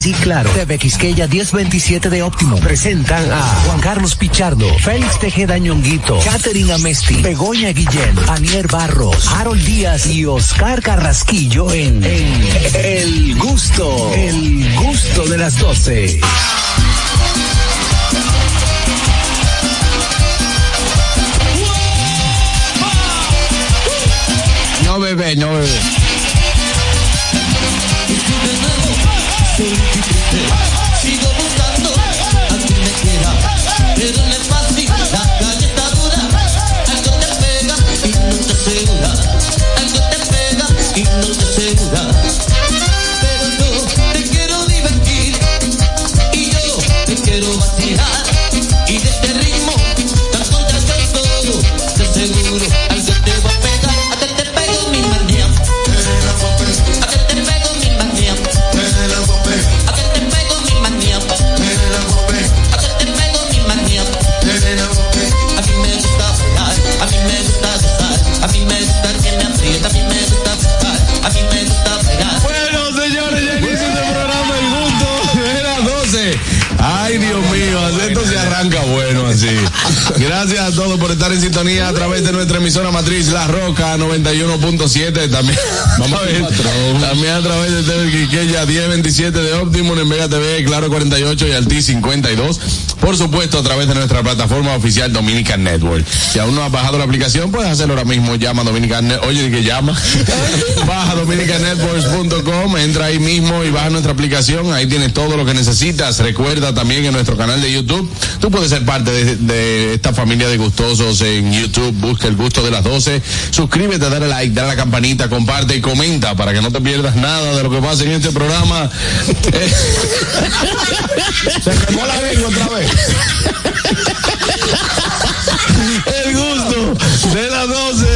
y Claro. TV Quisqueya 1027 de Optimum. Presentan a Juan Carlos Pichardo, Félix Tejeda Ñonguito, Katherine Amesti, Begoña Guillén, Anier Barros, Harold Díaz y Oscar Carrasquillo en, en El Gusto. El Gusto de las 12. No, bebé, no, bebé. Sigo buscando, aquí me queda, pero no es fácil, la calle está dura, algo te pega y no te asegura, algo te pega y no te asegura, pero yo te quiero divertir y yo te quiero vacilar y de este ritmo tan todo, te aseguro, algo te va a pegar, a que te pego mi manía, a que te pego mi manía, a que te pego mi manía, a que te pego mi manía, a mí me gusta bailar, a mí me gusta gozar, a mí me gusta que me aprieta, a mí me gusta gozar, a mí me gusta bailar. Bueno, señores, ya inició este programa El Gusto de las 12. Ay, Dios mío, esto se arranca bueno así. Gracias a todos por estar en sintonía a través de nuestra emisora matriz La Roca 91.7. También, vamos a ver, también a través de TV Quiqueya 1027 de Optimum en Vega TV, Claro 48 y Alti 52. Por supuesto, a través de nuestra plataforma oficial Dominican Network. Si aún no has bajado la aplicación, puedes hacerlo ahora mismo. Llama a Dominican Network. Oye, di que llama. Baja dominicanetworks.com, entra ahí mismo y baja nuestra aplicación. Ahí tienes todo lo que necesitas. Recuerda también en nuestro canal de YouTube. Tú puedes ser parte de, de esta familia de gustosos en YouTube. Busca el gusto de las 12. Suscríbete, dale like, dale a la campanita, comparte y comenta para que no te pierdas nada de lo que pasa en este programa. Se quemó la lengua otra vez. El gusto de las 12.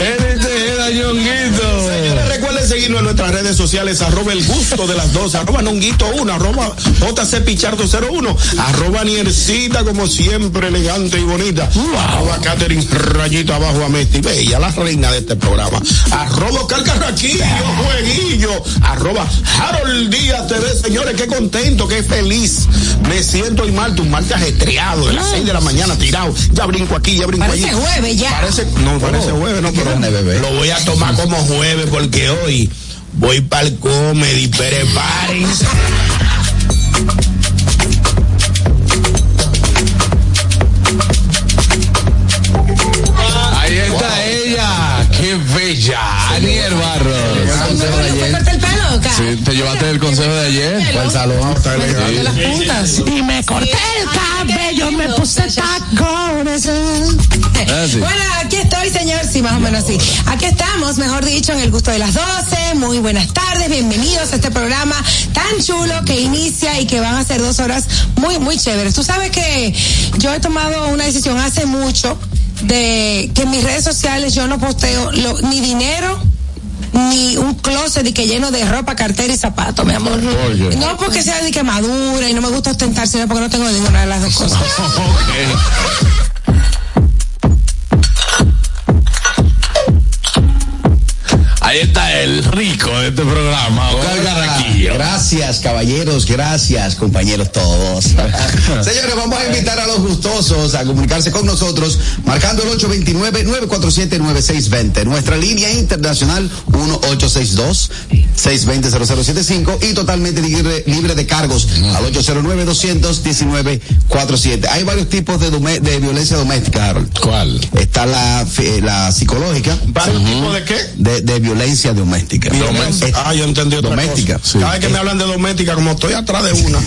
Eric Tejeda, Ñonguito. Señores, Recuerden seguirnos en nuestras redes sociales, arroba el gusto de las 12, arroba nonguito 1, arroba JC Pichardo 01, arroba Niercita, como siempre, elegante y bonita, arroba Catherine Rayito abajo a Mesti, bella, la reina de este programa, arroba Oscar Carraquillo, jueguillo, arroba Harold Díaz TV, señores, qué contento, qué feliz, me siento y mal, tu martes ajetreado, de las 6 de la mañana tirado, ya brinco aquí, ya brinco Parece allí. jueves ya. Parece, no, parece jueves, no, pero Oh, lo voy a tomar como jueves porque hoy voy para el comedy, prepárense. Ahí está ella. Qué bella. Aniel Barros. ¿No fue cortar el pelo o qué? Sí, ¿Te llevaste el consejo de ayer? Fue al salón? De las puntas. Y me corté el cabello, me puse tacones. eh. Ah, sí. Bueno, aquí estoy, señor, sí, más o menos así. Aquí estamos, mejor dicho, en el gusto de las 12. Muy buenas tardes, bienvenidos a este programa tan chulo que inicia y que van a ser dos horas muy, muy chéveres. Tú sabes que yo he tomado una decisión hace mucho de que en mis redes sociales yo no posteo lo- ni dinero ni un closet de que lleno de ropa, cartera y zapatos, mi amor. Oye. No porque sea de que madura y no me gusta ostentar, sino porque no tengo ninguna de las dos cosas. Ok. Ahí está el rico de este programa, Oscar Carraquillo. Gracias, caballeros, gracias, compañeros todos. Señores, vamos a invitar a los gustosos a comunicarse con nosotros marcando el 829-947-9620. Nuestra línea internacional 1862-620-0075 y totalmente libre, libre de cargos al 809-219-47. Hay varios tipos de, dome- de violencia doméstica, Harold. ¿Cuál? Está la, fi- la psicológica ¿Varios tipos de qué? de, de violencia doméstica. Doméstica. Ah, yo entendí otra Doméstica, cosa. sí. Cada vez que me hablan de doméstica, como estoy atrás de una.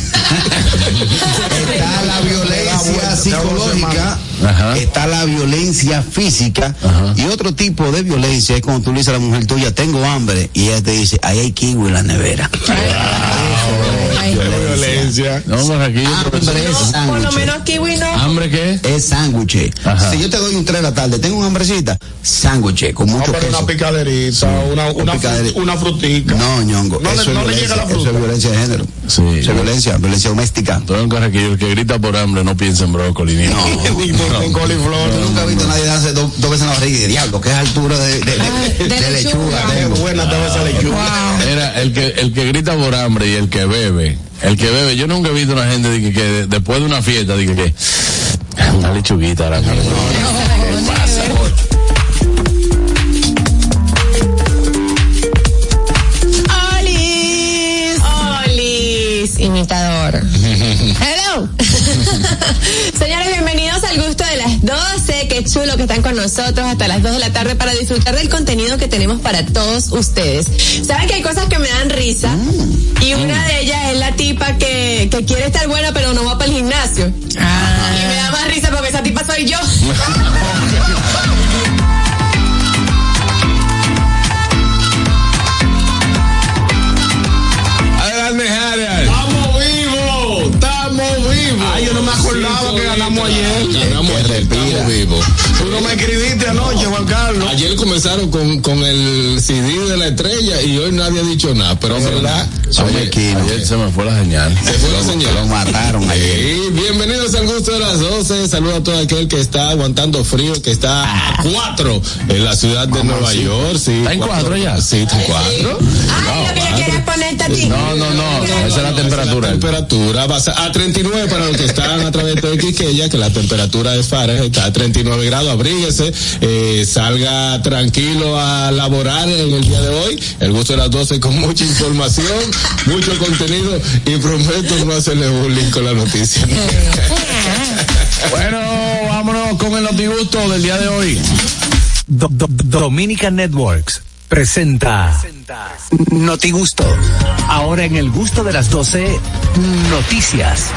Está la Me da violencia vuelta, psicológica, me da vuelta. está la violencia física y otro tipo de violencia es cuando tú le dices a la mujer tuya, tengo hambre, y ella te dice, ahí hay kiwi en la nevera. Ay, Qué violencia. No, Carraquillo. Ah, Hambre es Por lo sándwich. menos kiwi no. ¿Hambre qué? Es sándwich. Ajá. Si yo te doy un 3 de la tarde, tengo una hambrecita, sándwich con No, mucho pero queso. una picaderita, una, una, picadera. fru- una frutica. No, ñongo. No le- eso, es no le llega violencia, la eso fruta. es violencia de género. Sí. Eso es violencia, violencia doméstica. Todo un carraquillo. El que grita por hambre no piensa en brócoli. Ni No. Ni con- con coliflor. Yo nunca he visto a nadie darse dos, barriga y diablo, qué altura de, de, de- Ay, de de lechuga. lechuga. Qué tengo. buena estaba esa lechuga. Mira, el que, el que grita por hambre y el que bebe. El que bebe, yo nunca he visto una gente de que, que de- después de una fiesta, diga que una lechuguita ahora mismo". Olis. Oh, Olis, imitador. Hello. Señores, bienvenidos al gusto de las 12. Qué chulo que están con nosotros hasta las 2 de la tarde para disfrutar del contenido que tenemos para todos ustedes. Saben que hay cosas que me dan risa y una de ellas es la tipa que, que quiere estar buena pero no va para el gimnasio. Y me da más risa porque esa tipa soy yo. Adelante, Harald. ¡Estamos vivos! ¡Estamos vivos! Ay, yo no me acordaba que ganamos ayer. Ganamos Que ayer, respira. estamos vivos. Tú no me escribiste anoche, Juan Carlos. Ayer comenzaron con, con el CD de la estrella y hoy nadie ha dicho nada. Pero ¿Verdad? Oye, Soy equino. ayer se me fue la señal. Se fue la señal. Lo mataron ayer. Y bienvenidos al gusto de las 12. Saludo a todo aquel que está aguantando frío, que está a 4 en la ciudad de Nueva York. Sí, ¿Está en 4 ya? Sí, está en 4. Ay, lo que yo quiero es ponerte a ti. No, no, no, esa es la temperatura. temperatura va a ser- a 39 para los que están a través de Quiqueya, que la temperatura de Fahrenheit está a 39 grados, abríguese, eh, salga tranquilo a laborar en el día de hoy. El gusto de las 12 con mucha información, mucho contenido y prometo no hacerle bullying con la noticia. bueno, vámonos con el notigusto del día de hoy. Do- Do- Dominica Networks presenta Notigusto. Ahora en el gusto de las 12, noticias.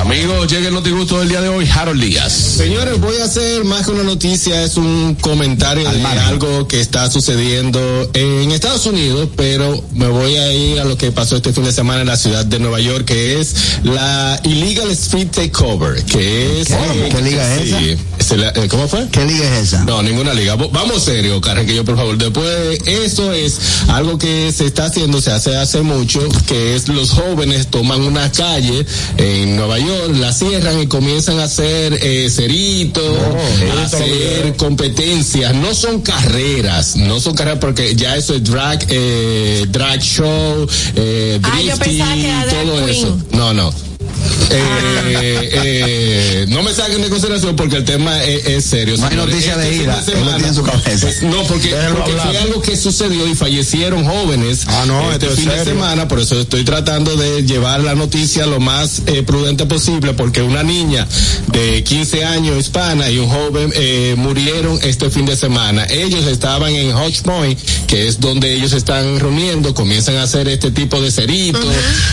Amigos, llega el notigusto del día de hoy, Harold Díaz. Señores, voy a hacer más que una noticia, es un comentario de algo que está sucediendo en Estados Unidos, pero me voy a ir a lo que pasó este fin de semana en la ciudad de Nueva York, que es la Illegal Street Takeover, que es... ¿Qué? ¿Qué liga es Sí. Se la- eh, ¿Cómo fue? ¿Qué liga es esa? No, ninguna liga. Vo- Vamos serio, Carrequillo, por favor. Después, eso es algo que se está haciendo, se hace hace mucho, que es los jóvenes toman una calle en Nueva York, la cierran y comienzan a hacer eh, cerito, a hacer competencias. No son carreras, no son carreras porque ya eso es drag, eh, drag show, eh, Ah, yo drifting, pensaba que era drag todo queen. eso. No, no. Eh, eh, no me saquen de consideración porque el tema es, es serio. No hay señores. noticia Este de fin ida, de él lo tiene en su cabeza. es- No, porque, Déjelo porque hablar. fue algo que sucedió y fallecieron jóvenes Ah, no, este esto es fin de serio. semana. Por eso estoy tratando de llevar la noticia lo más eh, prudente posible, porque una niña de 15 años hispana y un joven eh, murieron este fin de semana. Ellos estaban en Hodge Point, que es donde ellos se están reuniendo, comienzan a hacer este tipo de ceritos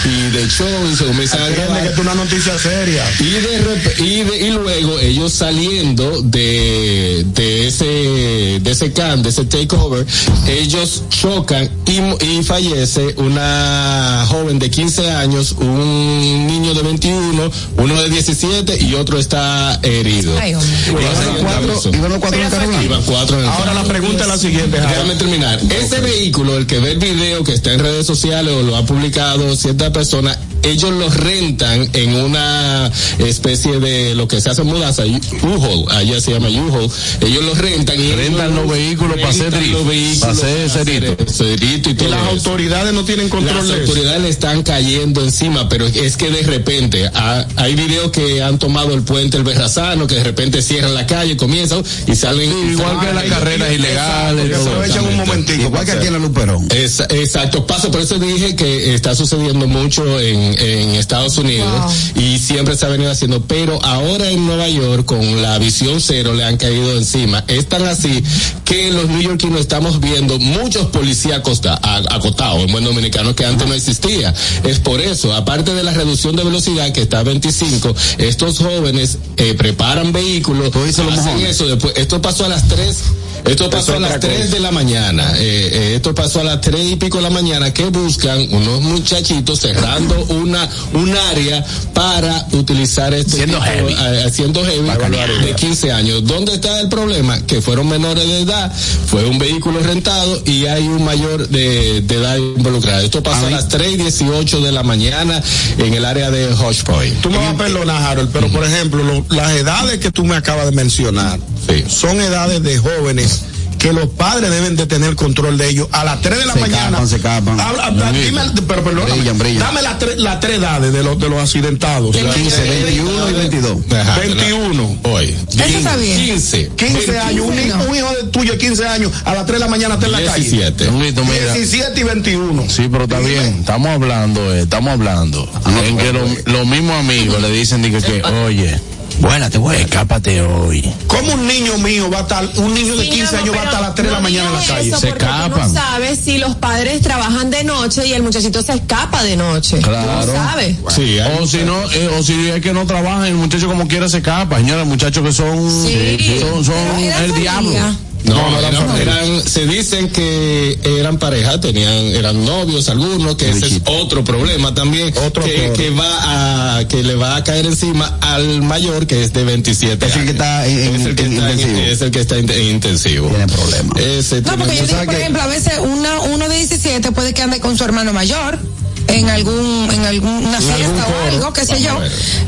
y de show y se comienzan a grabar. es una noticia seria. Y, de rep- y, de- y luego ellos saliendo de, de ese de ese camp, de ese takeover, ellos chocan y, mu- y fallece una joven de 15 años, un niño de 21, uno de 17 y otro está herido. Ay, hombre. Ellos Iban los en el caso. cuatro, iban los cuatro en carro. Iban cuatro en el Ahora la pregunta es la siguiente, Déjame terminar. Ese vehículo, el que ve el video que está en redes sociales o lo ha publicado cierta persona, ellos lo rentan en una especie de lo que se hace en mudanza, U-Haul, allá se llama U-Haul. Ellos lo rentan y Rentan ellos los vehículos para hacer rentan drift, los vehículos para hacer para cerito. cerito y todo. Las eso. autoridades no tienen control Las de eso. autoridades le están cayendo encima, pero es que de repente ah, hay videos que han tomado el puente el Berrazano, que de repente cierran la calle, comienzan y salen Igual que las carreras ilegales. Que todo. aprovechan un momentico. Igual que aquí en la Luperón. Es- exacto, paso, por eso dije que está sucediendo mucho en, en Estados Unidos y siempre se ha venido haciendo, pero ahora en Nueva York con la visión cero le han caído encima. Es tan así que los neoyorquinos estamos viendo muchos policías acosta- a- acotados, en buen dominicano, que antes no existía. Es por eso, aparte de la reducción de velocidad que está a 25, estos jóvenes eh, preparan vehículos, Tú dices los hacen mojones. eso después. Esto pasó a las 3 Esto pasó a las 3 de la mañana. eh, eh, esto pasó a las 3 y pico de la mañana que buscan unos muchachitos cerrando una un área para utilizar este Siendo tipo, heavy. eh, haciendo heavy de 15 años. ¿Dónde está el problema? Que fueron menores de edad, fue un vehículo rentado y hay un mayor de, de edad involucrado. Esto pasó a las 3 y 18 de la mañana en el área de Hodge Point. Tú me vas a perdonar, Harold, pero por ejemplo, lo- las edades que tú me acabas de mencionar Sí. son edades de jóvenes que los padres deben de tener control de ellos. A las 3 de la Se mañana. escapan, se escapan. Habla- habla- Sí. dime, pero perdóname, Brillan, brillan. Dame las tres las tres edades de los, de los accidentados. 15, 21 y 22. Ajá, 21. Hoy. Eso está bien. 15. 15 años, un, hijo- un hijo de tuyo de 15 años a las 3 de la mañana está en la calle. 17. Ñonguito, mira. 17 y 21. Sí, pero está bien, estamos hablando, eh, estamos hablando. Ah, en que lo- los mismos amigos le dicen de que, que, oye, buena, te voy escápate hoy. ¿Cómo un niño mío va a estar, un niño de Sí, 15 mi amor, años va a estar a las 3 de la pero mañana en la no calle? digas Se eso porque Tú escapan. no sabes si los padres trabajan de noche y el muchachito se escapa de noche. Claro. Tú no sabes. Sí, hay- O si no, eh, o si es que no trabaja, el muchacho como quiera se escapa, señora, muchachos que son, eh, Sí. son, son Pero era el familia. diablo. No, eran- eran- se dicen que eran pareja, tenían, eran novios algunos, que ese es otro problema también, Otro que, problema. que va a, que le va a caer encima al mayor que es de 27 Es el que años. está en, en- es el que en está en- intensivo. es el que está en, en intensivo. Tiene problemas. Ese No, tiene- porque yo Tú digo, sabes por que- ejemplo, a veces una, uno de 17 puede que ande con su hermano mayor en algún en alguna fiesta o algo, qué sé yo.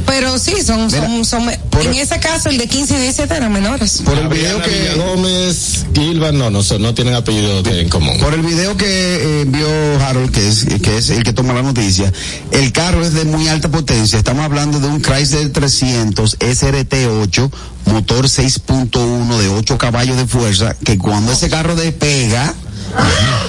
Pero sí, son son, son en ese caso el de 15 y 17 eran menores. e- Por el video que. Gabriela Gómez, Gilva, no, no, son- no tienen apellido de- en común. Por el video que eh, vio Harold, que es, que es el que toma la noticia, el carro es de muy alta potencia. Estamos hablando de un Chrysler 300 SRT8, motor 6.1 de 8 caballos de fuerza, que cuando ese carro despega,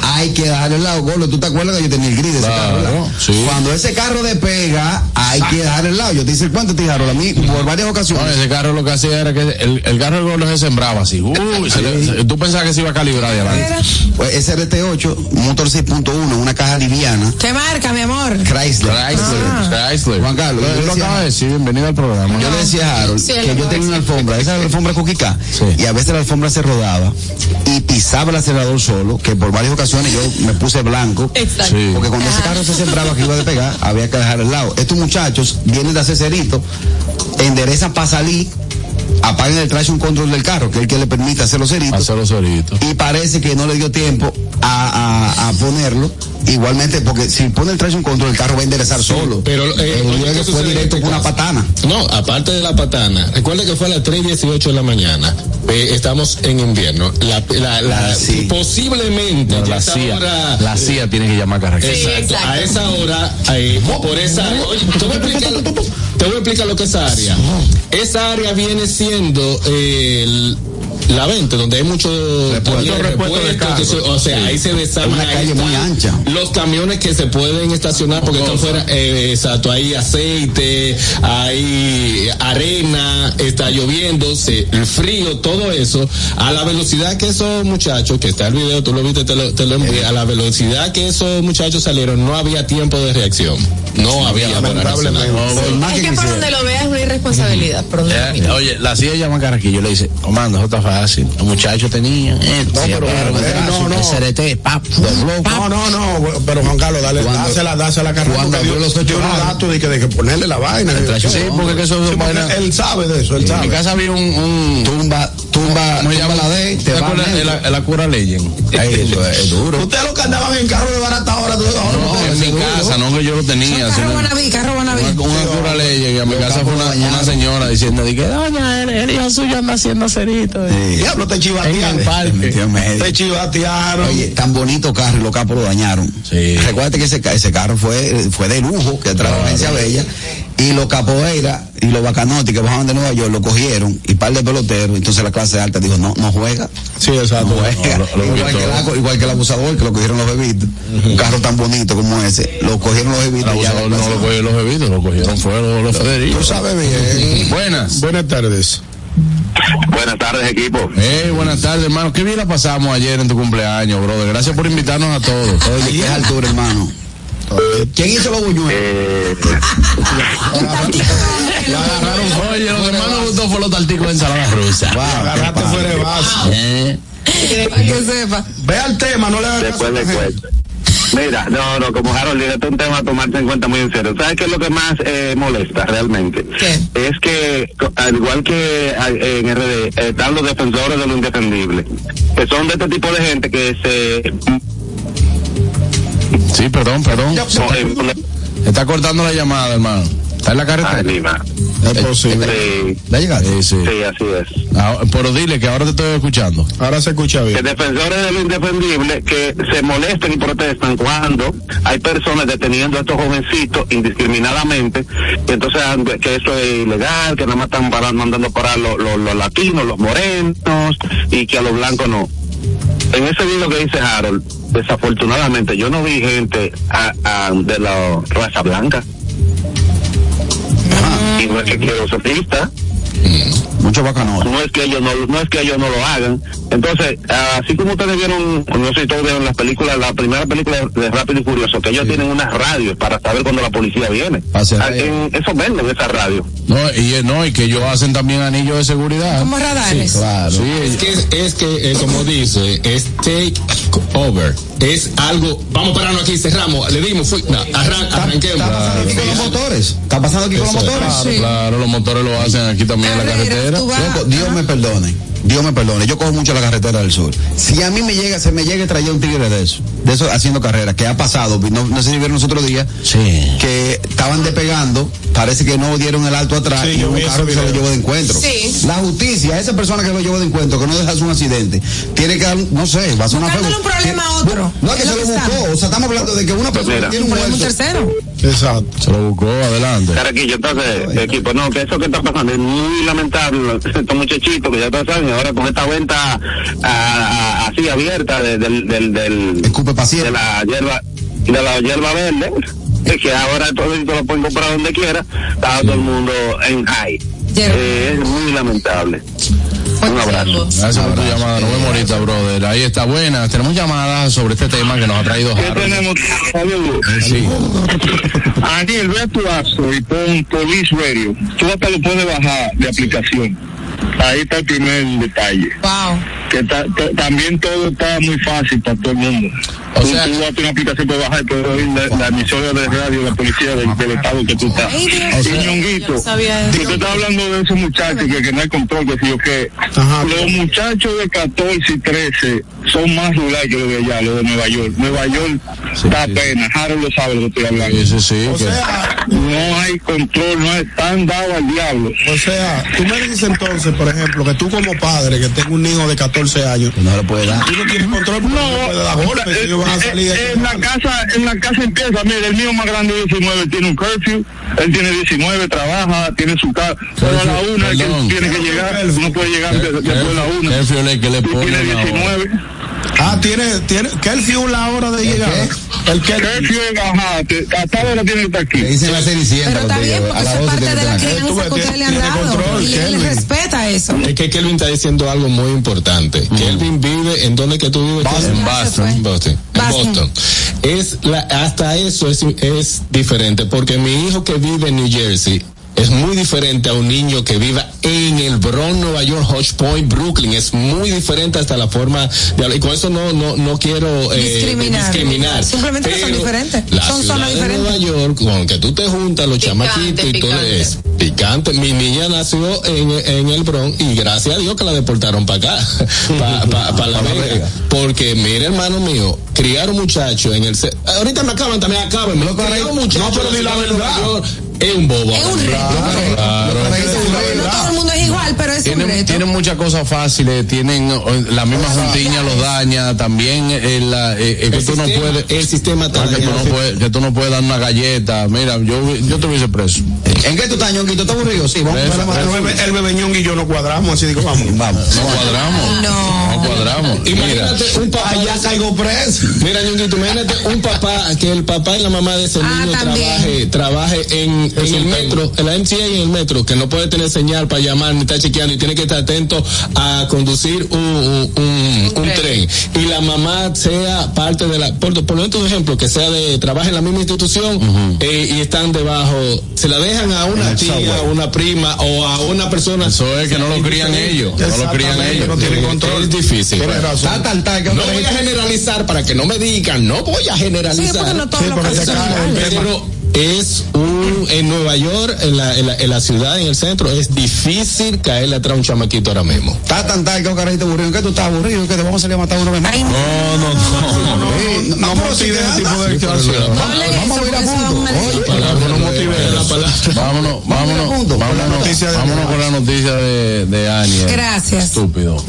hay que darle el lado golo. ¿Tú te acuerdas que yo tenía el gris de ese carro? ¿verdad? sí. Cuando ese carro despega, hay que darle el lado. Yo te hice el cuento, te dije, Harold, a mí por varias No, ocasiones. ese carro lo que hacía era que el, el carro del gordo se sembraba así. Uy, se le- se- tú pensabas que se iba a calibrar de adelante. pues, SRT8, motor 6.1, una caja liviana, ¿Qué marca, mi amor? Chrysler. Chrysler, Ah. Chrysler. Juan Carlos, Lo- yo lo decía- acabas de decir, bienvenido al programa. Yo le decía a Harold Sí, que yo tenía una alfombra, esa era la alfombra coquicá, y a veces la alfombra se rodaba y pisaba el acelerador solo, que por varias ocasiones yo me puse blanco, Exacto. Sí. porque cuando ese carro se sembraba que iba a despegar, había que dejar el lado. Estos muchachos vienen de hacer cerito, enderezan para salir, apagan el trash un control del carro, que es el que le permite hacer los ceritos, Hacer los oritos. y parece que no le dio tiempo a, a- a ponerlo. Igualmente, porque si pone el traction control, el carro va a enderezar solo. pero, eh, el oye, día ¿qué que fue sucede en directo este con una caso? patana. No, aparte de la patana, recuerda que fue a las 3.18 de la mañana. Eh, estamos en invierno. La, la, la- Ah, sí. Posiblemente ya La esa CIA, hora- la CIA tiene que llamar a Carraquillo. Sí, Exacto. exacto. A esa hora, ahí, por esa oye, te voy, a explicar, te voy a explicar lo que es esa área. Esa área viene siendo eh, el- la 20, donde hay muchos también repuesto de repuestos, carros. que se- o sea, ahí se desarma. una ahí calle muy están ancha. Los camiones que se pueden estacionar, porque esto fuera, eh, exacto, hay aceite, hay arena, está lloviendo, se- el frío, todo eso, a la velocidad que esos muchachos, que está el video, tú lo viste, te lo, te lo Eh. envié, a la velocidad que esos muchachos salieron, no había tiempo de reacción. No había para Lamentablemente. reaccionar. Por más Es que que por quisiera. donde lo veas es una irresponsabilidad. Por donde lo Eh, mires. Oye, la CIA llama a Carraquillo y le dice, comando, eso está fácil. Los muchachos tenían, eh, se pero- llevaron el eh, brazo, no, no. el SRT, pap, dobló, pap. No, no, no, pero Juan Carlos, dale, Cuando- dásela, dásela a Carraquillo. cuando que dio- abrió los ocho dio unos años. datos de que, de que ponerle la vaina. que- Sí, porque que eso Sí, es porque vaina- él sabe de eso, En él mi sabe. casa había un, un tumba, tumba, ¿cómo se tumba llama? la D, ¿Te te va acuerdas de a la, de la cura Legend? Ey, eso es duro. Ustedes los que andaban en carro de barata ahora, tú ahora no, en mi casa, no que yo lo tenía. Carro sino- Guanabí, carro Guanabí. Una, una cura Legend, y a mi casa fue una, una señora diciendo, de que, "Ah, doña, el, el hijo suyo anda haciendo cerito. eh". Diablo, te En el chivatearon. parque. Se metió en medio. Te chivatearon. Oye, tan bonito carro y los capos lo dañaron. Sí. Recuerda que ese, ca- ese carro fue, fue de lujo que trajo Agencia Bella. Y los capoeiras y los bacanotes que bajaban de Nueva York lo cogieron y par de peloteros. Entonces la clase alta dijo: No, no juega. sí, exacto. No juega. no, lo- lo igual, quitó. que el, aco- igual que el abusador que lo cogieron los bebitos. Un carro tan bonito como ese. Lo cogieron los El bebitos. y ya la abusador no clase lo cogieron los bebitos, lo cogieron fueron los, los Tú Federicos. sabes bien. Buenas. Buenas tardes. Buenas tardes, equipo. Hey, Eh, buenas tardes, hermano. Qué bien la pasamos ayer en tu cumpleaños, brother. Gracias por invitarnos a todos. Oye, qué altura, hermano. ¿Quién hizo los buñuelos? Eh, La agarraron, oye, lo que más nos gustó fue los tarticos de ensalada rusa. Wow, qué Agarraste padre. fuera de vaso. Eh, Para que sepa. Ve al tema, no le hagas caso a Después la le gente. cuento. Mira, no, no, como Harold, dice, este es un tema a tomarse en cuenta muy en serio. ¿Sabes qué es lo que más eh, molesta realmente? Es que, co- al igual que a- en RD, eh, están los defensores de lo indefendible, que son de este tipo de gente que se... Sí, perdón, perdón. Está cortando la llamada, hermano. Está en la carretera. Es posible. Sí, ¿Ya llegaste? Sí, sí, así es. Ah, pero dile que ahora te estoy escuchando. Ahora se escucha que defensores de lo indefendible que se molestan y protestan cuando hay personas deteniendo a estos jovencitos indiscriminadamente y entonces ah, que eso es ilegal que nada más están parando, mandando para los, los- los latinos los morenos y que a los blancos no en ese video que dice Harold desafortunadamente yo no vi gente ah, ah, de la raza blanca y no es que quiero ser racista, Mucho bacano. no es que ellos no no es que ellos no lo hagan entonces ah, así como ustedes vieron no sé si todos vieron las películas la primera película de Rápido y Furioso que ellos tienen unas radios para saber cuando la policía viene Hacia Ah, en- eso venden esa radio No, y, eh, no, y que ellos hacen también anillos de seguridad. Como radares. Sí, claro. Es que, es que eh, como dice, es take over. Es algo, vamos a pararnos aquí, cerramos, le dimos, fui, no, arran- arranquemos. Con los motores. Está pasando aquí con los Eso es. motores. Claro, claro, los motores lo hacen aquí también en la carretera. tú vas- Loco, pues, Dios me perdone. Dios me perdone. Yo cojo mucho la carretera del sur. Si a mí me llega, se me llega a traer un tigre de eso, de eso haciendo carrera, que ha pasado, no, no sé si vieron los otros días, Sí. que estaban despegando, parece que no dieron el alto atrás Sí, y yo un vi ese carro que se lo video. llevó de encuentro. Sí. La justicia, esa persona que lo llevó de encuentro, que no deja hacer un accidente, tiene que dar, un- no sé, va a ser una Buscándole un problema a otro. No, que Es se lo lo que buscó. estamos. O sea, estamos hablando de que una persona Mira. tiene Un un problema, un muerto. tercero. Exacto. Se lo buscó, adelante. Estar aquí, yo entonces, equipo, no, que eso que está pasando es muy lamentable. Estos muchachitos que ya todos saben, ahora con esta venta ah, ah, así abierta de, del, del, del, Escupe paciente. de la hierba, de la hierba verde, que ahora todo esto lo pueden comprar donde quiera, está todo el mundo en high. Hierba. Eh, es muy lamentable. Un abrazo. Gracias por tu llamada. Nos vemos ahorita, brother. Ahí está, buena. Tenemos llamadas sobre este tema que nos ha traído Harold. Saludos. Eh, Sí. Daniel, ve a tu aso y pon Police Radio. Tú hasta lo puedes bajar de aplicación. Ahí está el primer detalle. Wow. que ta- to- también todo está muy fácil para todo el mundo. O tú, sea- tú vas a tener una aplicación para bajar y puedes oír la, la emisora de radio, la policía del, del estado que tú estás. Ay, Dios. Y Yo no Ñonguito, sabía eso. que tú estás hablando de esos muchachos que, que no hay control, que si yo que Ajá. los muchachos de 14 y 13 son más rurales que los de allá, los de Nueva York. Nueva York da sí. pena, Harold lo sabe lo que estoy hablando. Sí, sí, sí. O que- sea, No hay control, no están dados al diablo. o sea, tú me dices entonces, por ejemplo, que tú como padre que tengo un hijo de 14 años, No le puede dar. tú no tienes control porque no, puedes dar golpes, Eh, ellos van a salir de- eh, en la casa en la casa empieza mire el mío más grande de 19 tiene un curfew él tiene 19 trabaja tiene su casa pero a la Curfew, una es que perdón. tiene que llegar no puede llegar de- después de la una Qué fiole que le pone tiene a la hora. 19 Ah, tiene, tiene, que el fiu la hora de llegar. El que curfew es ajá te- hasta ahora tiene que estar aquí Le dicen la Pero cenicienta. está los tigres, bien, a porque las eso es 12 parte tiene de la que tener- crianza que ustedes le han dado. Y él respeta eso. Es que Kelvin está diciendo algo muy importante. Mm. Kelvin vive en donde que tú vives. Kelvin? En Boston. Ya se fue. En Boston. En Boston. Boston. Es la, hasta eso es, es diferente porque mi hijo que vive en New Jersey es muy diferente a un niño que viva en el Bronx, Nueva York, Hodge Point, Brooklyn. Es muy diferente hasta la forma de hablar. Y con eso no, no, no quiero eh, Discriminar. discriminar. Simplemente que son Pero diferentes. la Son ciudad zonas de diferentes. Nueva York, con que tú te juntas, los Picante, chamaquitos y todo picante. eso. Picante. Mi niña nació en, en el Bronx y gracias a Dios que la deportaron para acá, para la Pa' La Vega. Vega. Porque, mire, hermano mío, criar un muchacho en el. ce- Ahorita me acaban, también acaban. Me lo un muchacho. No, pero ni la verdad. Es un bobo. Es un reto. Claro. No todo el mundo es igual, pero es un Tienen, reto. tienen muchas cosas fáciles, tienen eh, la misma juntiña los daña, también eh, la, eh, eh, que El tú no sistema- puedes, el sistema Ah, que, tú no puedes, que tú no puedes dar una galleta. Mira, yo, yo te hubiese preso. ¿En qué tú estás, ñonguito? ¿Estás aburrido? Sí, vamos a Eso, ver la el madre. bebé, el bebé Ñongo y yo no cuadramos, así digo, vamos. Vamos. No cuadramos. No. cuadramos. Mira, Imagínate un papá. Allá caigo preso. Mira, Ñonguito, imagínate un papá, que el papá y la mamá de ese Ah, niño también. trabaje, trabaje en, en el metro, en la MTA y en el metro, que no puede tener señal para llamar ni está chequeando y tiene que estar atento a conducir un, un, un- un tren. Y la mamá sea parte de la, por, por lo menos un ejemplo, que sea de, trabaje en la misma institución eh, y están debajo, se la dejan crían a una tía, a una prima o a una persona. Eso es que no lo crían ellos, no lo crían ellos. No tienen control. Es difícil. pues. bueno. Tienes Ta, razón. ta, ta, que No otra voy a gente- generalizar para que no me digan, no voy a generalizar. Sí, porque no todos Sí, los porque casos se son acaba el iguales. tema. Pero es un. En Nueva York, en la, en la, en la ciudad, en el centro, es difícil caerle atrás a un chamaquito ahora mismo. Está tan tal que un carajito aburrido. ¿Qué tú estás aburrido? Que te vamos a salir a matar una vez más. Ay, no. No, no, no. no. Sí, no, no motive ese tipo de declaraciones. No hablen de eso, Vamos a ir a porque eso es punto. un maldito- Oye, no motive la palabra. Vámonos, vámonos, a punto, vámonos, con la noticia de vámonos con la noticia de, de Ania. Gracias. Estúpido.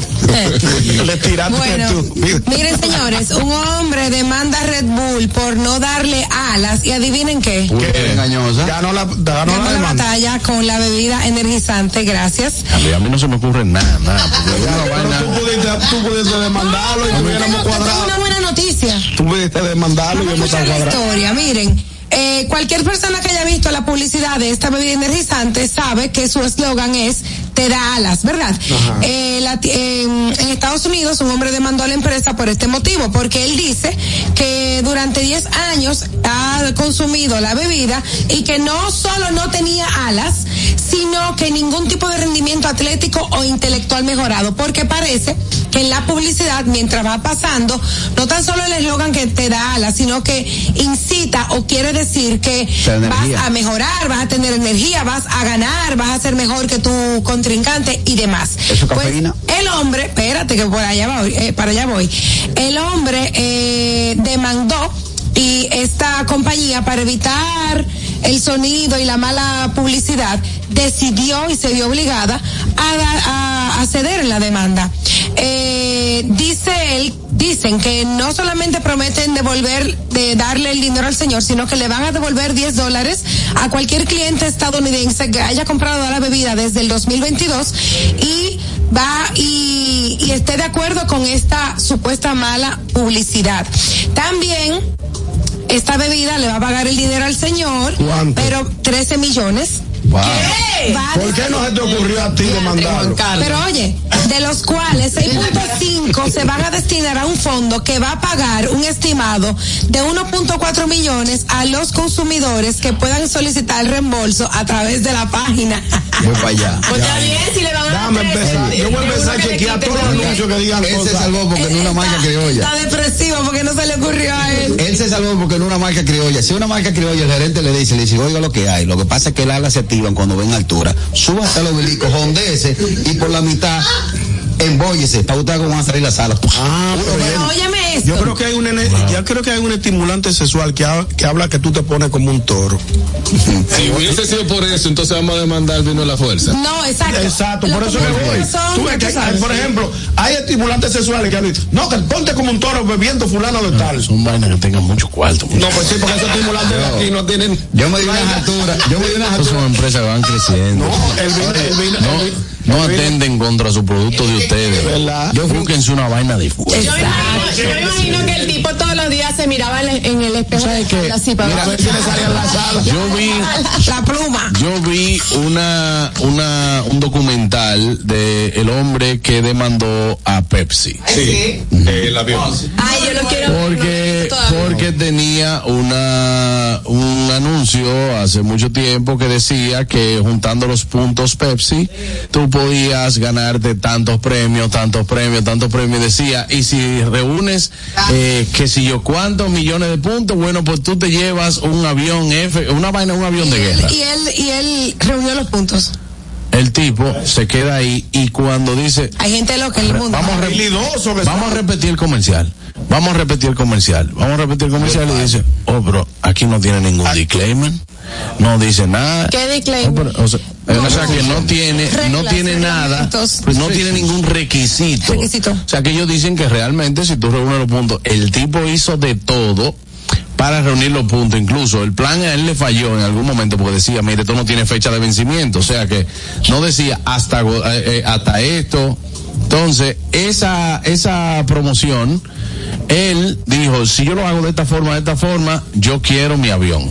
Le tiraste Bueno, tú. Mira. miren señores, un hombre demanda a Red Bull por no darle alas y adivinen qué. Qué engañosa. Ganó la, ganó Ganó la la demanda. batalla con la bebida energizante, gracias. A mí, a mí no se me ocurre nada, nada. porque yo no Pero vaina- tú pudiste, tú pudiste demandarlo y Pero hubiéramos tengo- tengo cuadrado. una buena noticia. Tú pudiste demandarlo y Vamos a hemos escuchar la cuadrado. historia, miren. eh, cualquier persona que haya visto la publicidad de esta bebida energizante sabe que su eslogan es te da alas, ¿verdad? Eh, la ti- en, en Estados Unidos un hombre demandó a la empresa por este motivo, porque él dice que durante 10 años ha consumido la bebida y que no solo no tenía alas, sino que ningún tipo de rendimiento atlético o intelectual mejorado, porque parece que en la publicidad, mientras va pasando, no tan solo el eslogan que te da alas, sino que incita o quiere decir que Da energía. vas a mejorar, vas a tener energía, vas a ganar, vas a ser mejor que tu contrincante y demás. Eso es Pues, cafeína. el hombre, espérate que por allá voy, eh, para allá voy. El hombre eh, demandó y esta compañía para evitar el sonido y la mala publicidad decidió y se vio obligada a, dar- a, a ceder en la demanda. Eh, dice él, dicen que no solamente prometen devolver, de darle el dinero al señor, sino que le van a devolver 10 dólares a cualquier cliente estadounidense que haya comprado la bebida desde el 2022 y va y, y esté de acuerdo con esta supuesta mala publicidad. También esta bebida le va a pagar el dinero al señor, ¿Cuánto? pero 13 millones. Va a ¿Por qué no se te ocurrió a ti demandarlo? pero oye, de los cuales 6.5 se van a destinar a un fondo que va a pagar un estimado de 1.4 millones a los consumidores que puedan solicitar el reembolso a través de la página. Voy para allá. Pues está bien, si le van a Déjame dar tres, empezar. Yo voy a empezar a chequear todos los anuncios que digan Él se cosas. salvó porque no es una marca criolla. Está depresivo porque no se le ocurrió a él. Él se salvó porque no era una marca criolla. Si una marca criolla, el gerente le dice, le dice, oiga lo que hay. Lo que pasa es que el ala se activan cuando ven altura. Suba hasta los obelisco, jondéese y por la mitad embóyese. Para usted cómo van a salir las alas. Ah, pero Pero yo- óyeme esto. yo creo que hay un ene- yo creo que hay un estimulante sexual que, ha- que habla que tú te pones como un toro. Si hubiese sido por eso, entonces vamos a demandar vino a la fuerza. No, exacto. Exacto, Lo por eso que como voy. ustedes son, Tú ya ves que tú hay- sabes. por ejemplo, hay estimulantes sexuales que dicen, no, que ponte como un toro bebiendo fulano de tal. Son vainas que tengan mucho cuarto. No, pues sí, porque esos estimulantes de aquí no tienen. Yo me di unas alturas. Yo me di unas Estas alturas. son empresas que van creciendo. No, el vino, el vino, No, el vino- no el vino- atenden contra su producto de ustedes. ¿Verdad? Yo búsquense una vaina de fuego. Yo me, imagino, yo me imagino que el tipo todos los días se miraba en el- en el espejo ¿Sabes qué? así para A ver si le salían las alas. Yo vi, La pluma. yo vi una, una, un documental de el hombre que demandó a Pepsi. Ay, yo lo quiero. Porque, no, todavía. porque tenía una, un anuncio hace mucho tiempo que decía que juntando los puntos Pepsi, tú podías ganarte tantos premios, tantos premios, tantos premios. Decía, y si reúnes, eh, que si yo cuántos millones de puntos, bueno, pues tú te llevas un avión F, una vaina, un avión de guerra. Y él, y él reunió los puntos. El tipo se queda ahí y cuando dice, Hay gente loca en el mundo. vamos a re- Habilidoso que Vamos a repetir el comercial. Vamos a repetir el comercial. Vamos a repetir el comercial y dice, oh, bro, aquí no tiene ningún disclaimer. No dice nada. ¿Qué disclaimer? Oh, pero, o sea, eh, o sea, que no tiene, no Reglas, tiene nada, reglamentos. no tiene ningún requisito. Requisito. O sea, que ellos dicen que realmente si tú reúnes los puntos, el tipo hizo de todo para reunir los puntos, incluso el plan a él le falló en algún momento porque decía, mire, esto no tiene fecha de vencimiento, o sea que no decía hasta go- eh, eh, hasta esto. Entonces, esa esa promoción él dijo, si yo lo hago de esta forma, de esta forma, yo quiero mi avión.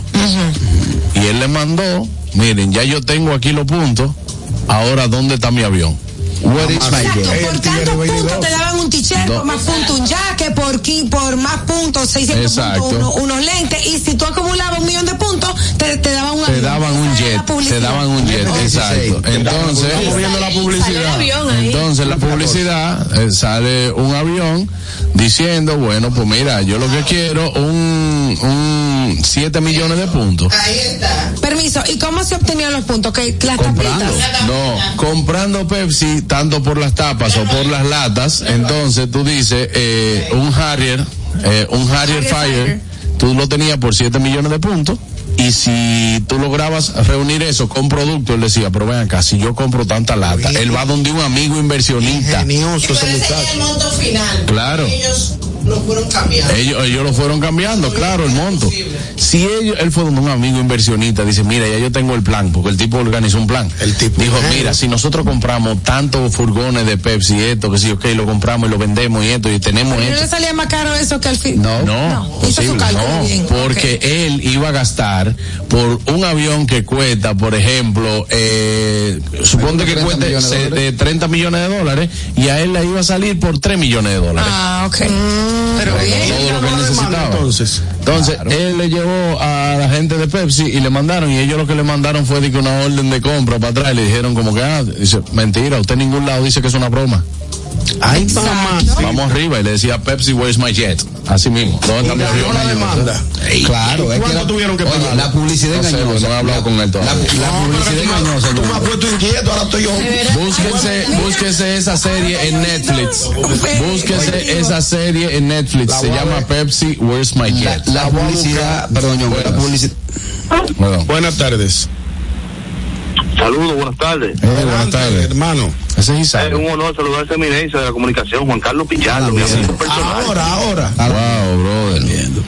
Y él le mandó, miren, ya yo tengo aquí los puntos, ahora ¿dónde está mi avión? Where is my Exacto, girl? por tantos puntos te daban un punto y checo, más punto un jaque, por, qui- por más puntos, 600 Exacto. puntos, uno- unos lentes. Y si tú acumulabas un millón de puntos, te, te daban un Te avión. daban un Esa era la jet, te publicidad. daban un jet, exacto. Entonces, Estamos viendo la publicidad. entonces la publicidad eh, sale un avión diciendo, bueno, pues mira, yo lo que quiero un un 7 millones de puntos. Permiso, ¿y cómo se obtenían los puntos? ¿Que las comprando. tapitas? No, comprando Pepsi tanto por las tapas o por las latas, entonces tú dices eh, un Harrier, eh, un Harrier Fire, tú lo tenías por 7 millones de puntos. Y si tú lograbas reunir eso con producto, él decía, pero ven acá, si yo compro tanta lata, él va donde un amigo inversionista. el monto final. Claro. Ellos lo fueron cambiando. Ellos, ellos lo fueron cambiando, claro, el monto. Si ellos, él fue donde un amigo inversionista, dice, mira, ya yo tengo el plan, porque el tipo organizó un plan. El tipo dijo, mira, si nosotros compramos tantos furgones de Pepsi, esto, que sí, ok, lo compramos y lo vendemos y esto, y tenemos ¿No esto. le salía más caro eso que al fin? No, no, Hizo su posible, cálculo no, bien. porque él iba a gastar por un avión que cuesta, por ejemplo, eh, suponte que 30 cueste millones de se- de 30 millones de dólares, y a él le iba a salir por 3 millones de dólares. Ah, ok. Pero Mm. todo lo que él necesitaba. Entonces, él le llevó a la gente de Pepsi y le mandaron, y ellos lo que le mandaron fue de que una orden de compra para atrás, y le dijeron como que, ah, dice, mentira, usted en ningún lado dice que es una broma. Ay, Vamos arriba y le decía Pepsi, where's my jet? Así mismo. ¿Dónde está mi avión? Ey, Claro, es que la, tuvieron que oye, la publicidad No sé, engañosa. porque no he hablado con él La, todavía. la publicidad engañosa. Tú me has puesto inquieto, ahora estoy yo. Búsquense, búsquense esa serie en Netflix. Búsquense esa serie en Netflix. Se llama Pepsi, where's my La, jet? la publicidad, perdón, yo, la publicidad. Bueno, Buenas tardes. Saludos, buenas tardes. buenas tardes. Hermano. Ese es Es Isaac. un honor saludar a eminencia de la comunicación, Juan Carlos Pichardo, mi amigo personal. Ahora, ahora. Wow, brother.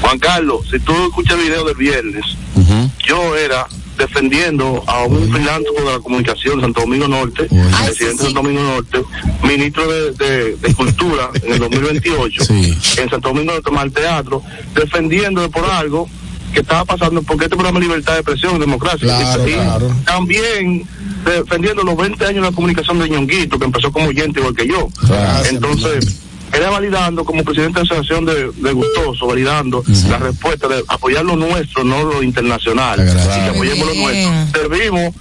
Juan Carlos, si tú escuchas el video del viernes, Ujú. yo era defendiendo a un filántropo de la comunicación Santo Domingo Norte, presidente de Santo Domingo Norte, ministro de, de- de Cultura en el 2028, Sí. en Santo Domingo Norte, más el teatro, defendiendo por algo que estaba pasando, porque este programa es libertad de expresión y democracia. Claro, y claro. también defendiendo los 20 años de la comunicación de Ñonguito, que empezó como oyente igual que yo. Gracias, Entonces, era validando como presidente de la asociación de, de Gustoso, validando la respuesta de apoyar lo nuestro, no lo internacional. Así Agradable. que apoyemos lo Bien. nuestro. Servimos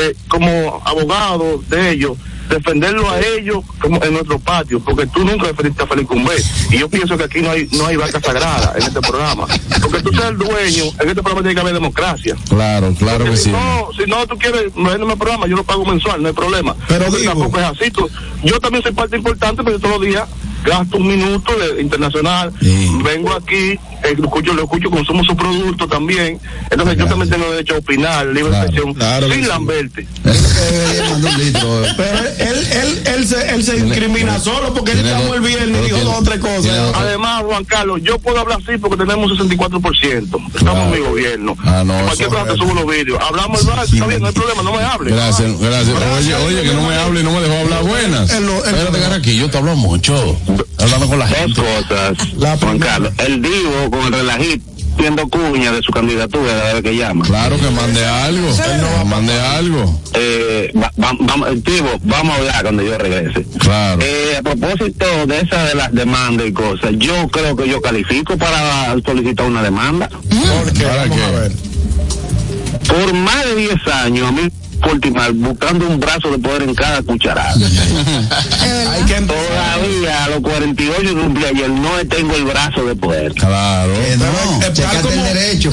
eh, como abogados de ellos, defenderlo a ellos como en nuestro patio, porque tú nunca defendiste a Félix Cumbé. Y yo pienso que aquí no hay, no hay vaca sagrada en este programa. Porque tú seas el dueño, en este programa tiene que haber democracia. Claro, claro que Porque sí. si no, si no tú quieres, véndeme el programa, yo lo pago mensual, no hay problema. Pero Porque digo- tampoco es así. tú- yo también soy parte importante, pero yo todos los días gasto un minuto de internacional, Sí. vengo aquí, eh, lo escucho, lo escucho, consumo su producto también. Entonces yo también tengo derecho a opinar, libre Claro, expresión, claro que sin sí. lamberte. Pero él, él, él, se, él se incrimina solo porque él tiene llamó dos- el viernes y pero dijo tiene- dos o tres tiene dos- cosas. Además, Juan Carlos, yo puedo hablar así porque tenemos un 64%. Estamos en mi gobierno. Ah, no, Cualquier eso cosa te subo los vídeos. Hablamos el bar, está bien, no hay problema, no me hables. Gracias, gracias. Oye, oye, que no me hable y no me dejó hablar buenas. Él lo- él Espérate, lo- Carraquillo, te hablo mucho. Hablando con la dos gente. cosas. La Juan primera. Carlos, el Divo con el relajito siendo cuña de su candidatura, de la vez que llama. Claro que mande algo. Que mande algo. Eh, va- va- vamos- el Divo, vamos a hablar cuando yo regrese. Claro. Eh, a propósito de esa de las demandas y cosas, yo creo que yo califico para solicitar una demanda. Porque, ¿Para vamos qué? a ver. Por más de 10 años, a mí, Portimar, buscando un brazo de poder en cada cucharada. Hay que entender. Todavía a los 48 que cumplí ayer no tengo el brazo de poder. Claro. Eh, Pero, no, eh, checate tal como- el derecho.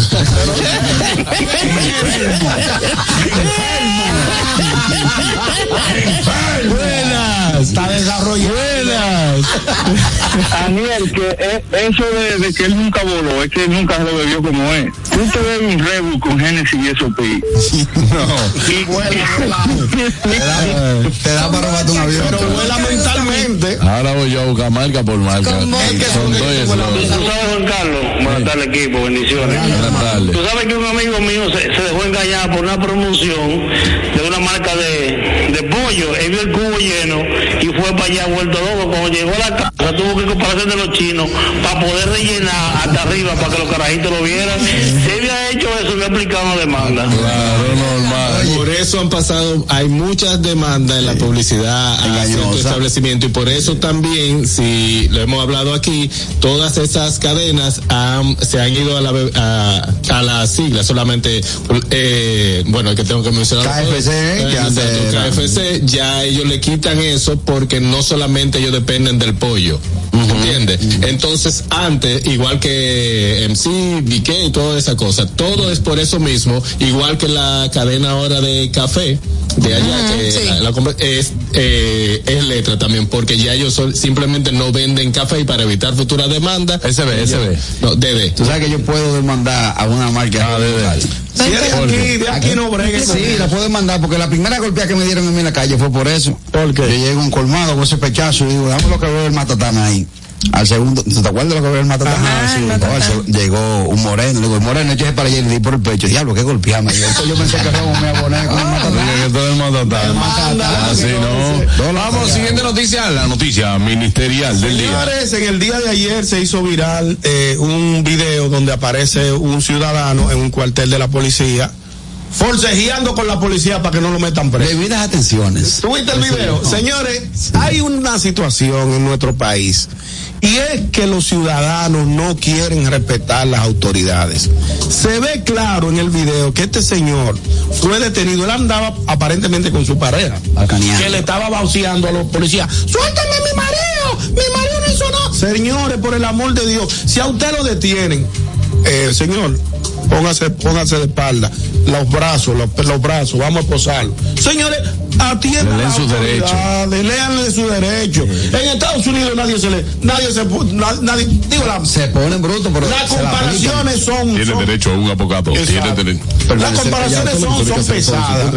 Buenas. Está desarrollado. Daniel, que eh, eso de, de que él nunca voló, es que él nunca lo bebió como es. Tú te bebes un Rebus con Genesis y eso, P. Y Te da, te da para robarte un avión. Pero vuela mentalmente. Ahora voy yo a buscar marca por marca. Son dos y Tú eso. sabes, Juan Carlos, buenas tardes, equipo, bendiciones. Buenas tardes. Tú sabes que un amigo mío se, se dejó engañar por una promoción de una marca de, de pollo. Él vio el cubo lleno y fue para allá vuelto loco. Cuando llegó a la casa tuvo que comprarse de los chinos para poder rellenar hasta arriba para que los carajitos lo vieran. Si había hecho eso, le aplicado una demanda. Claro, normal. Por eso han pasado, hay muchas demandas en la publicidad a cierto establecimiento y por eso también, si lo hemos hablado aquí, todas esas cadenas han- se han ido a la, be- a, a la sigla, solamente, eh, bueno, que tengo que mencionar. KFC, Eh, que antes exacto, era- KFC, ya ellos le quitan eso porque no solamente ellos dependen del pollo. ¿Entiendes? Entonces, antes, igual que MC, BK y toda esa cosa, todo es por eso mismo, igual que la cadena ahora de café de allá, que la- la compra- es, eh, es letra también, porque ya ellos sol- simplemente no venden café y para evitar futuras demandas. SB, SB. No, DD. Tú sabes que yo puedo demandar a una marca. local. Si es de aquí, de aquí no bregues con Sí, ella. la puedo demandar porque la primera golpeada que me dieron a mí en la calle fue por eso. Porque yo llego a un colmado con ese pechazo y digo, dame lo que veo el matatán ahí. Al segundo, ¿tú te acuerdas lo que veo el matatán? Ah, sí. Al seg- llegó un moreno, le digo, moreno, eché para allá y le di por el pecho. Diablo, qué golpeame. Y entonces yo pensé que era un me aboné Ah, con el matatán. Dije que todo el mundo está. Así no. Vamos, siguiente noticia, la noticia ministerial del día. Señores, en el día de ayer se hizo viral eh, un video donde aparece un ciudadano en un cuartel de la policía forcejeando con la policía para que no lo metan preso. Debidas atenciones. ¿Tuviste el video? Señores, hay una situación en nuestro país y es que los ciudadanos no quieren respetar las autoridades. Se ve claro en el video que este señor fue detenido. Él andaba aparentemente con su pareja que le estaba bauceando a los policías. ¡Suéltame mi mareo! ¡Mi mareo no hizo nada! Señores, por el amor de Dios, si a usted lo detienen, eh, señor, póngase, póngase de espalda, los brazos, los, los brazos, vamos a posarlo. Señores, atiendan Leen las sus derechos. autoridades, léanle su derecho. En Estados Unidos nadie se le, nadie se, pu- na- nadie, digo la, se ponen brutos, pero las se la comparaciones son, Tiene son- derecho a un abogado. Tiene Exacto. derecho. las comparaciones son, son pesadas.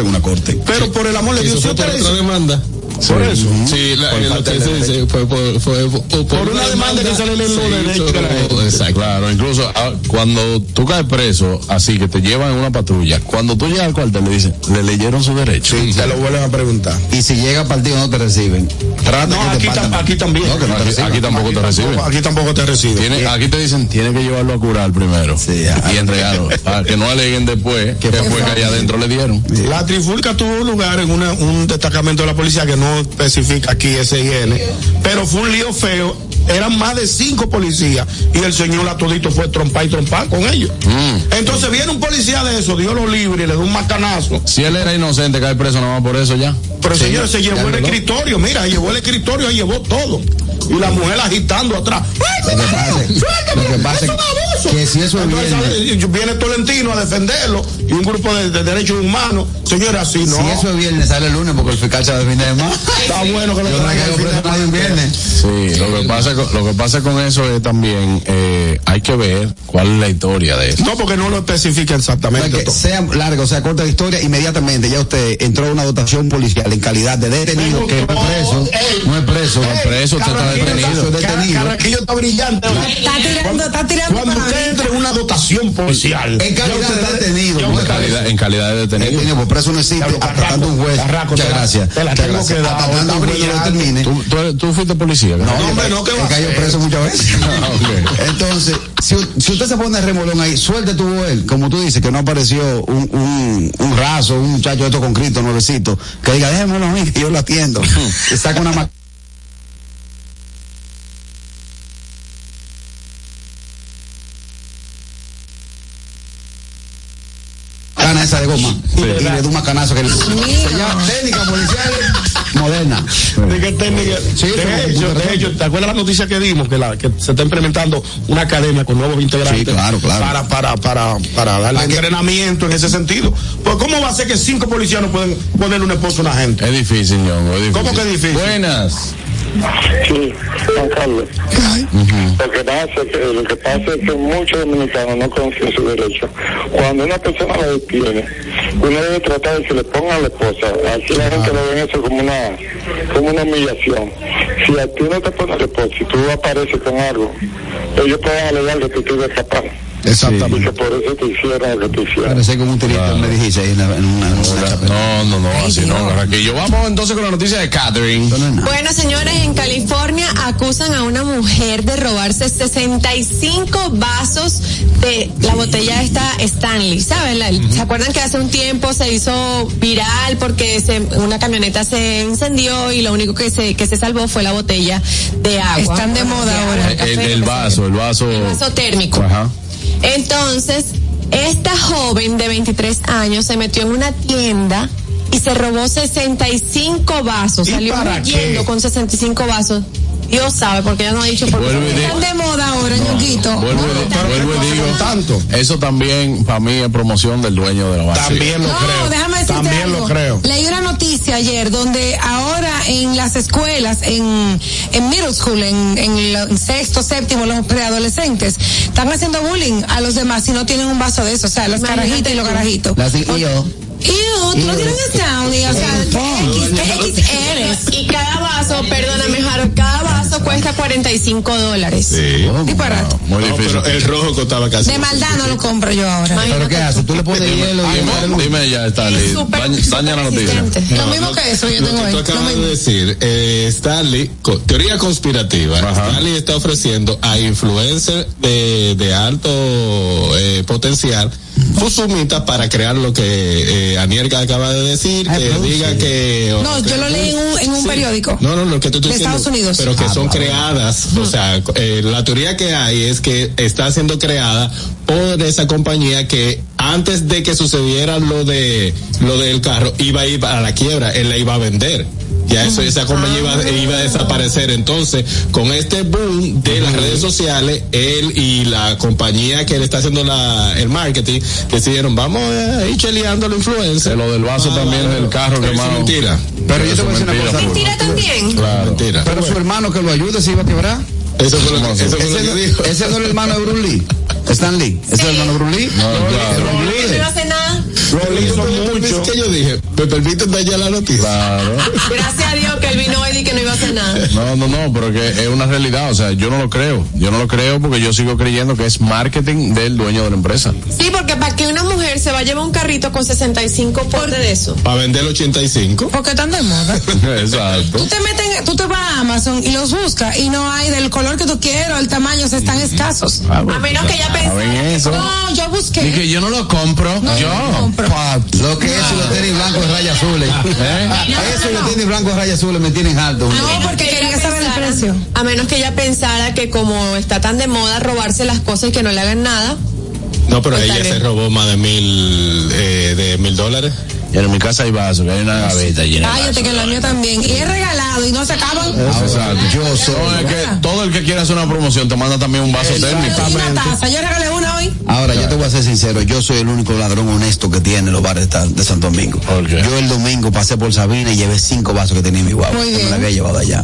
Pero por el amor de Eso Dios, si fue usted por le otra dice- demanda. Por eso. Sí, la- Por eh, lo parte que de se la dice fue por, fue por- Por una demanda que se le leen los se derechos hizo- de la gente. Exacto. Claro, incluso ah, cuando tú caes preso, así que te llevan en una patrulla, cuando tú llegas al cuartel le dicen, le leyeron su derecho. Sí, te lo vuelven a preguntar. Y si llega partido no te reciben. Trata No, que aquí, te tam- partan. aquí también. No, que no te Aquí, reciban. aquí tampoco te reciben. Aquí tampoco te reciben. Tiene- aquí te dicen, tienes que llevarlo a curar primero. ah, y entregarlo. para que no aleguen después que fue que allá adentro le dieron. La trifulca tuvo lugar en una- un destacamento de la policía que no especifica aquí SIN, pero fue un lío feo. Eran más de cinco policías y el señor a todito fue trompar y trompar con ellos. Entonces viene un policía de eso, Dios lo libre y le da un macanazo. Si él era inocente, cae preso nada más por eso ya. Pero Sí, señores, se ya llevó el reloj. escritorio, mira, llevó el escritorio, ahí llevó todo. Y la mujer agitando atrás. ¡Ay, mi Lo que marido! pasa- ¡Suéltame! lo que pasa ¡Es un abuso! que si eso Entonces, viene- ¿sabes? viene Tolentino a defenderlo y un grupo de, de derechos humanos. Señores, así no. Si eso es viernes, sale el lunes porque el fiscal se define de más. Está bueno que lo Yo no traiga el quedo fin de preso nadie un viernes. Sí, lo que pasa con, lo que pasa con eso es también eh, hay que ver cuál es la historia de eso. No, porque no lo especifica O sea, exactamente. que sea larga o sea corta la historia, inmediatamente ya usted entró a una dotación policial en calidad de detenido, que no es preso, no es preso, no es preso, usted está Carraquillo detenido. está- Car- detenido. Carraquillo está brillante. Está tirando, está tirando Cuando para usted mí. entre en una dotación policial. En ya calidad usted de está- detenido, ya no usted En está calidad, en calidad de detenido. Detenido, por preso no existe, Carlos, hasta tanto un juez. Carraco, Muchas te la- gracias. te la Muchas tengo gracias. que dar, Hasta ahora tanto está un juez no lo brillando. termine. ¿Tú, tú, eres- tú fuiste policía. ¿verdad? No, hombre, He- no, ¿qué va He a caído hacer? preso muchas veces. Entonces, si, si usted se pone remolón ahí, suerte tuvo él, como tú dices, que no apareció un, un, un raso, un muchacho de esto con Cristo, nuevecito, que diga, déjemelo a mí, que yo lo atiendo. Y saca una ma- Cana esa de goma y le da un macanazo que le Señor, técnica policial moderna. ¿De qué técnica? Sí, sí, de hecho, con de razón. hecho, ¿te acuerdas la noticia que dimos? Que, la, que se está implementando una academia con nuevos integrantes. Sí, claro, claro. Para, para, para, para darle Para que- entrenamiento en ese sentido. Pues, ¿cómo va a ser que cinco policías no pueden ponerle un esposo a una gente? Es difícil, Ñongo, es difícil. ¿Cómo que difícil? Buenas. Sí, Juan Carlos. Lo que pasa es que, lo que, pasa es que muchos dominicanos no conocen su derecho. Cuando una persona la detiene, uno debe tratar de que se le ponga a la esposa. Así la gente lo ve eso como una, como una humillación. Si a ti no te pones la esposa, si tú apareces con algo, ellos pueden alegar que tú te escapar. Exactamente. Y que por eso te hicieron lo que te hicieron. Parece como un tirito me dijiste ahí en, la- en una, en una chapela. No, no, no, así no, Carraquillo. Vamos entonces con la noticia de Catherine. Bueno, señores, en California acusan a una mujer de robarse 65 vasos de la botella esta Stanley, ¿saben? La- ¿Se acuerdan que hace un tiempo se hizo viral porque se- una camioneta se incendió y lo único que se, que se salvó fue la botella de agua? Están de moda ahora. Eh, El, el- el vaso, el vaso. vaso térmico. Ajá. Entonces, esta joven de 23 años se metió en una tienda y se robó 65 vasos. Salió huyendo con 65 vasos. Dios sabe, porque ella no ha dicho por qué. Vuelvo y digo- Están de moda ahora, ñoquito. Vuelvo y, di- vuelvo y digo, tanto. eso también para mí es promoción del dueño de la base. También No, déjame decirte También lo algo. creo. Leí una noticia ayer donde ahora en las escuelas, en, en middle school, en, en lo- en sexto, séptimo, los preadolescentes, están haciendo bullying a los demás si no tienen un vaso de eso, o sea, las Imagínate carajitas y los tú. carajitos. Las y yo. Ew, tú no tienes un sound, y, o sea, X, X eres. Y cada vaso, perdóname, Jaro, cada vaso cuesta 45 dólares. Sí. Oh, Disparate. Muy difícil. el rojo costaba casi. De maldad no lo compro yo ahora. ¿Pero qué haces? Tú le pones hielo y Dime, dime ya, está Es listo. súper, Daña daña la noticia. resistente. Lo mismo que eso yo Lo tengo que tú ahí. Lo acabas de mismo. decir, eh, Stanley, co- teoría conspirativa, Stanley está ofreciendo a influencers de, de alto eh, potencial sus sumitas para crear lo que eh, Aniel acaba de decir, Ay, que produce. diga que... o No, yo lo leí en un, en un Sí. periódico. No, no, lo que te estoy De diciendo, Estados Unidos. Pero que Ah, son creadas. O sea, eh, la teoría que hay es que está siendo creada por esa compañía que antes de que sucediera lo de lo del carro iba a ir a la quiebra, él la iba a vender. Ya eso, esa compañía iba, Ah. iba a desaparecer. Entonces, con este boom de las redes sociales, él y la compañía que le está haciendo la, el marketing decidieron, vamos a ir cheleando a la influencer. Que lo del vaso también del carro Eso es quemado. mentira. Pero yo te voy a decir una cosa. Mentira también. Claro. Mentira. Pero su hermano que lo ayude se iba a quebrar. Eso fue lo que, eso fue lo Ese que no, dijo. ese no era el hermano de Bruce Lee. Stan Lee. Ese es el hermano de Bruce Lee. Yo no hace nada. Rolling hizo mucho. que yo dije, me permiten dañar la noticia. Claro. Gracias a Dios que él vino hoy y que no iba a hacer nada. No, no, no, pero que es una realidad. O sea, yo no lo creo. Yo no lo creo porque yo sigo creyendo que es marketing del dueño de la empresa. Sí, porque para que una mujer se va a llevar un carrito con 65 por de eso. Para vender el 85. Porque están de moda. Exacto. Tú te meten, tú te vas a Amazon y los buscas y no hay del color que tú quieras, el tamaño, o sea, están escasos. Ah, A menos que ella pensara ¿Saben que eso? No, yo Y busqué. que yo no lo compro. No, yo. yo no lo compro. Pa, Lo que es los tenis blancos de rayas azules. Eso y los tenis blancos de rayas azules me tienen alto. Ah, No, porque ella quería saber el pensara- precio. A menos que ella pensara que como está tan de moda robarse las cosas y que no le hagan nada. No, pero Pues ella está se bien. robó más de mil, eh, de mil dólares. Y en mi casa hay vasos, que hay una gaveta llena. de Cállate vasos. que en la mía también. Y es regalado y no se Eh, acaban. Exacto. Yo soy. Todo el, que, todo el que quiera hacer una promoción te manda también un vaso térmico. Y una taza. Yo regalé una hoy. Ahora, yo te voy a ser sincero, yo soy el único ladrón honesto que tiene los bares de San- de Santo Domingo. ¿Por qué? Yo el domingo pasé por Sabina y llevé cinco vasos que tenía en mi guagua. Muy que Me bien. la había llevado allá.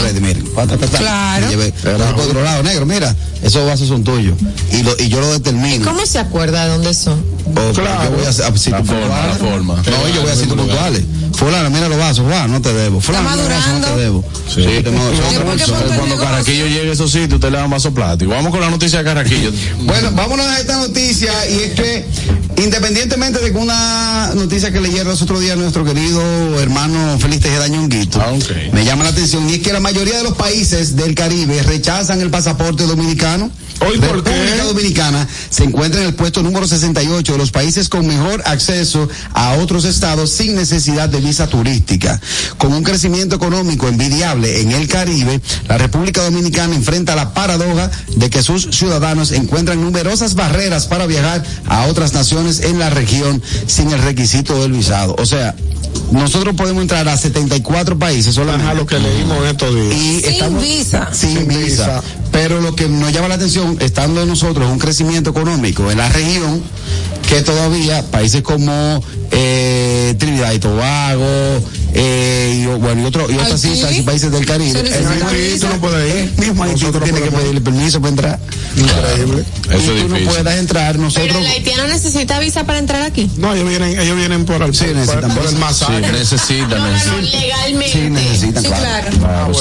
Freddy, mira, pa, ta, ta, ta. Claro. Y llevé, pasé por otro lado, negro, mira, esos vasos son tuyos. Y, lo- y yo lo determino. ¿Cómo se acuerda de dónde son? O- Yo voy a hacer a sitios La forma, puntuales. la forma. No, yo voy a sitios puntuales. Fulano, mira los vasos, Juan, no te debo. Fulano, mira los vasos, no madurando. te debo. Sí. Yo te- no, yo- Después que pongo el Cuando negocio. Carraquillo llegue a esos sitios, usted le da un vaso plástico. Vamos con la noticia de Carraquillo. Bueno, vámonos a esta noticia y es que independientemente de que una noticia que leyeron los otro día nuestro querido hermano Félix Tejeda Ñonguito, Ah, ok. me llama la atención y es que la mayoría de los países del Caribe rechazan el pasaporte dominicano. Hoy, ¿por qué? República Dominicana se encuentra en el puesto número 68 de los países con mejor acceso a otros estados sin necesidad de visa turística. Con un crecimiento económico envidiable en el Caribe, la República Dominicana enfrenta la paradoja de que sus ciudadanos encuentran numerosas barreras para viajar a otras naciones en la región sin el requisito del visado. O sea, nosotros podemos entrar a 74 países solamente. Ajá, lo que leímos en estos días. Y Sin estamos- visa. sin visa. Pero lo que nos llama la atención, estando nosotros, es un crecimiento económico en la región que todavía países como eh, Trinidad y Tobago, eh, y, bueno, y, otro, y otras Haití. islas y países del Caribe. Se El necesita mismo Haití, visa. tú no puedes ir. El mismo Haití tú tienes que pedirle permiso para entrar. Increíble. Eso y tú es no difícil. puedas entrar, Pero nosotros... el haitiano necesita visa para entrar aquí. No, ellos vienen, ellos vienen por el, Sí, necesitan por, por el visa. Sí, masacre. necesitan, No, no, no, necesitan. legalmente. Sí, necesitan, claro. Claro,